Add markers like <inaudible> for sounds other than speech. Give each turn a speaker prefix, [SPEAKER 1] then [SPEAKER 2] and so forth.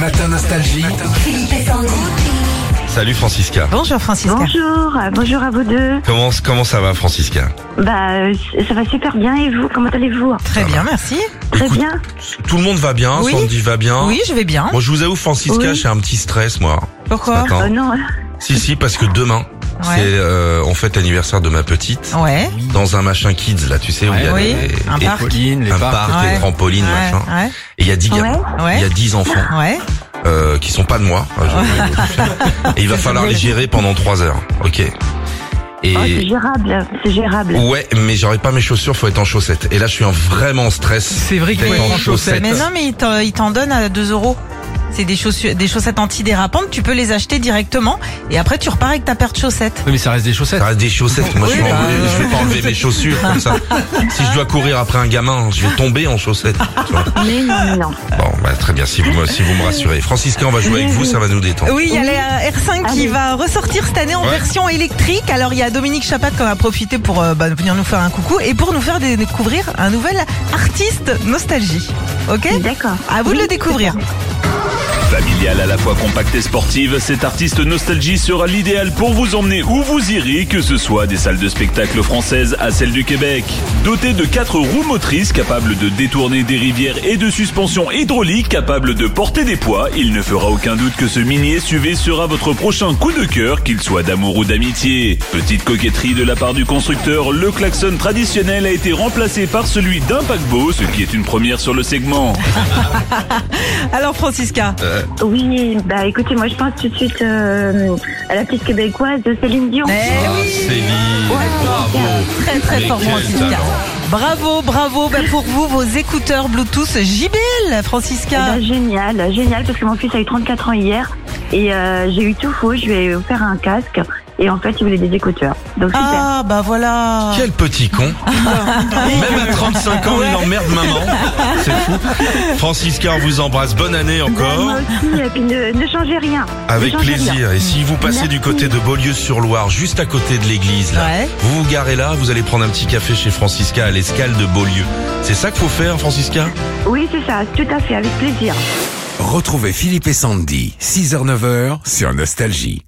[SPEAKER 1] Matin Nostalgie.
[SPEAKER 2] Philippe et Sandy.
[SPEAKER 3] Salut Francisca.
[SPEAKER 4] Bonjour Francisca.
[SPEAKER 5] Bonjour, euh, bonjour à vous deux.
[SPEAKER 3] Comment, comment ça va Francisca
[SPEAKER 5] Bah, euh, ça va super bien et vous, comment allez-vous
[SPEAKER 4] Très bien, merci.
[SPEAKER 5] Très
[SPEAKER 3] Écoute,
[SPEAKER 5] bien.
[SPEAKER 3] Tout le monde va bien,
[SPEAKER 4] Oui.
[SPEAKER 3] Sandy va bien.
[SPEAKER 4] Oui, je vais bien.
[SPEAKER 3] Moi je vous avoue Francisca,
[SPEAKER 5] Oui.
[SPEAKER 3] j'ai un petit stress moi. ce
[SPEAKER 4] Pourquoi
[SPEAKER 3] matin.
[SPEAKER 5] Euh, non, euh,
[SPEAKER 3] Si si parce que demain c'est euh, en fait l'anniversaire de ma petite
[SPEAKER 4] Ouais.
[SPEAKER 3] dans un machin kids là, tu sais où il y a
[SPEAKER 4] Oh. Oui,
[SPEAKER 3] les-
[SPEAKER 4] un
[SPEAKER 3] les-
[SPEAKER 4] parc.
[SPEAKER 1] Pauline, les
[SPEAKER 3] un
[SPEAKER 1] parcs.
[SPEAKER 3] parc, les
[SPEAKER 4] Ouais.
[SPEAKER 3] trampolines
[SPEAKER 4] Ouais.
[SPEAKER 3] machin.
[SPEAKER 4] Ouais.
[SPEAKER 3] Et il y a 10 gamins. Il y
[SPEAKER 4] Ouais.
[SPEAKER 3] a 10 enfants
[SPEAKER 4] Ouais.
[SPEAKER 3] euh, qui sont pas de
[SPEAKER 4] <laughs>
[SPEAKER 3] moi. hein, je- Et il va falloir les gérer pendant 3 heures. OK. Et
[SPEAKER 5] oh, c'est gérable, c'est gérable.
[SPEAKER 3] Ouais, mais j'aurais pas mes chaussures, faut être en chaussettes. Et là, je suis en vraiment stress.
[SPEAKER 1] C'est vrai qu'il
[SPEAKER 3] d'être
[SPEAKER 1] faut être en chaussettes.
[SPEAKER 4] Mais non, mais il t'en- il t'en donne à 2 euros. C'est des, chaussu- des chaussettes antidérapantes, tu peux les acheter directement et après tu repars avec ta paire de chaussettes.
[SPEAKER 1] Oui, mais ça reste des chaussettes.
[SPEAKER 3] Ça reste des chaussettes. Moi, je, suis
[SPEAKER 4] Oui,
[SPEAKER 3] en-
[SPEAKER 4] bah,
[SPEAKER 3] je vais pas enlever mes chaussures comme ça. Si je dois courir après un gamin, je vais tomber en chaussettes. tu vois.
[SPEAKER 5] Mais non, mais non.
[SPEAKER 4] <laughs>
[SPEAKER 3] Bon, bah, très bien. Si vous, me- si vous me rassurez, Francisca, on va jouer avec vous, ça va nous détendre.
[SPEAKER 4] Oui, il y a
[SPEAKER 5] Oui.
[SPEAKER 4] la R5 qui
[SPEAKER 5] Allez.
[SPEAKER 4] va ressortir cette année en
[SPEAKER 3] Ouais.
[SPEAKER 4] version électrique. Alors il y a Dominique Chapat qui en a profité pour euh, bah, venir nous faire un coucou et pour nous faire dé- découvrir un nouvel artiste nostalgie. Ok
[SPEAKER 5] D'accord.
[SPEAKER 4] À vous de
[SPEAKER 5] Oui,
[SPEAKER 4] le découvrir.
[SPEAKER 6] Familiale à la fois compacte et sportive, cet artiste nostalgie sera l'idéal pour vous emmener où vous irez, que ce soit des salles de spectacle françaises à celles du Québec. Doté de quatre roues motrices capables de détourner des rivières et de suspensions hydrauliques capables de porter des poids, il ne fera aucun doute que ce mini SUV sera votre prochain coup de cœur, qu'il soit d'amour ou d'amitié. Petite coquetterie de la part du constructeur, le klaxon traditionnel a été remplacé par celui d'un paquebot, ce qui est une première sur le segment.
[SPEAKER 4] Alors Francisca,
[SPEAKER 3] Euh,
[SPEAKER 5] c'est- Oui, bah écoutez, moi je pense tout de suite euh, à la petite québécoise de Céline Dion.
[SPEAKER 4] Eh
[SPEAKER 3] euh,
[SPEAKER 4] oui.
[SPEAKER 3] bravo.
[SPEAKER 4] Très très
[SPEAKER 3] Mais
[SPEAKER 4] fort,
[SPEAKER 3] quel
[SPEAKER 4] Francisca.
[SPEAKER 3] talent.
[SPEAKER 4] Bravo, bravo bah, pour vous, vos écouteurs Bluetooth JBL,
[SPEAKER 5] Eh
[SPEAKER 4] Francisca.
[SPEAKER 5] ben, génial, génial, parce que mon fils a eu 34 ans hier et euh, j'ai eu tout faux. Je lui ai offert un casque et en fait, il voulait des écouteurs. Donc super.
[SPEAKER 4] Ah bah voilà.
[SPEAKER 3] Quel petit con. Même à 35 ans, il emmerde maman. C'est fou. Francisca, on vous embrasse. Bonne année
[SPEAKER 5] Bah,
[SPEAKER 3] encore.
[SPEAKER 5] moi aussi, et puis ne, ne changez rien. Ne
[SPEAKER 3] Avec
[SPEAKER 5] changez rien.
[SPEAKER 3] plaisir. Et si vous passez du
[SPEAKER 5] Merci.
[SPEAKER 3] côté de Beaulieu-sur-Loire, juste à côté de l'église, là,
[SPEAKER 4] Ouais.
[SPEAKER 3] vous vous garez là, vous allez prendre un petit café chez Francisca à l'escale de Beaulieu. C'est ça qu'il faut faire, Francisca
[SPEAKER 5] Oui, c'est ça, tout à fait, avec plaisir.
[SPEAKER 1] Retrouvez Philippe et Sandy, 6h-9h sur Nostalgie.